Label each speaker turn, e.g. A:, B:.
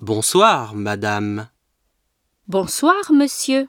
A: Bonsoir, madame.
B: Bonsoir, monsieur.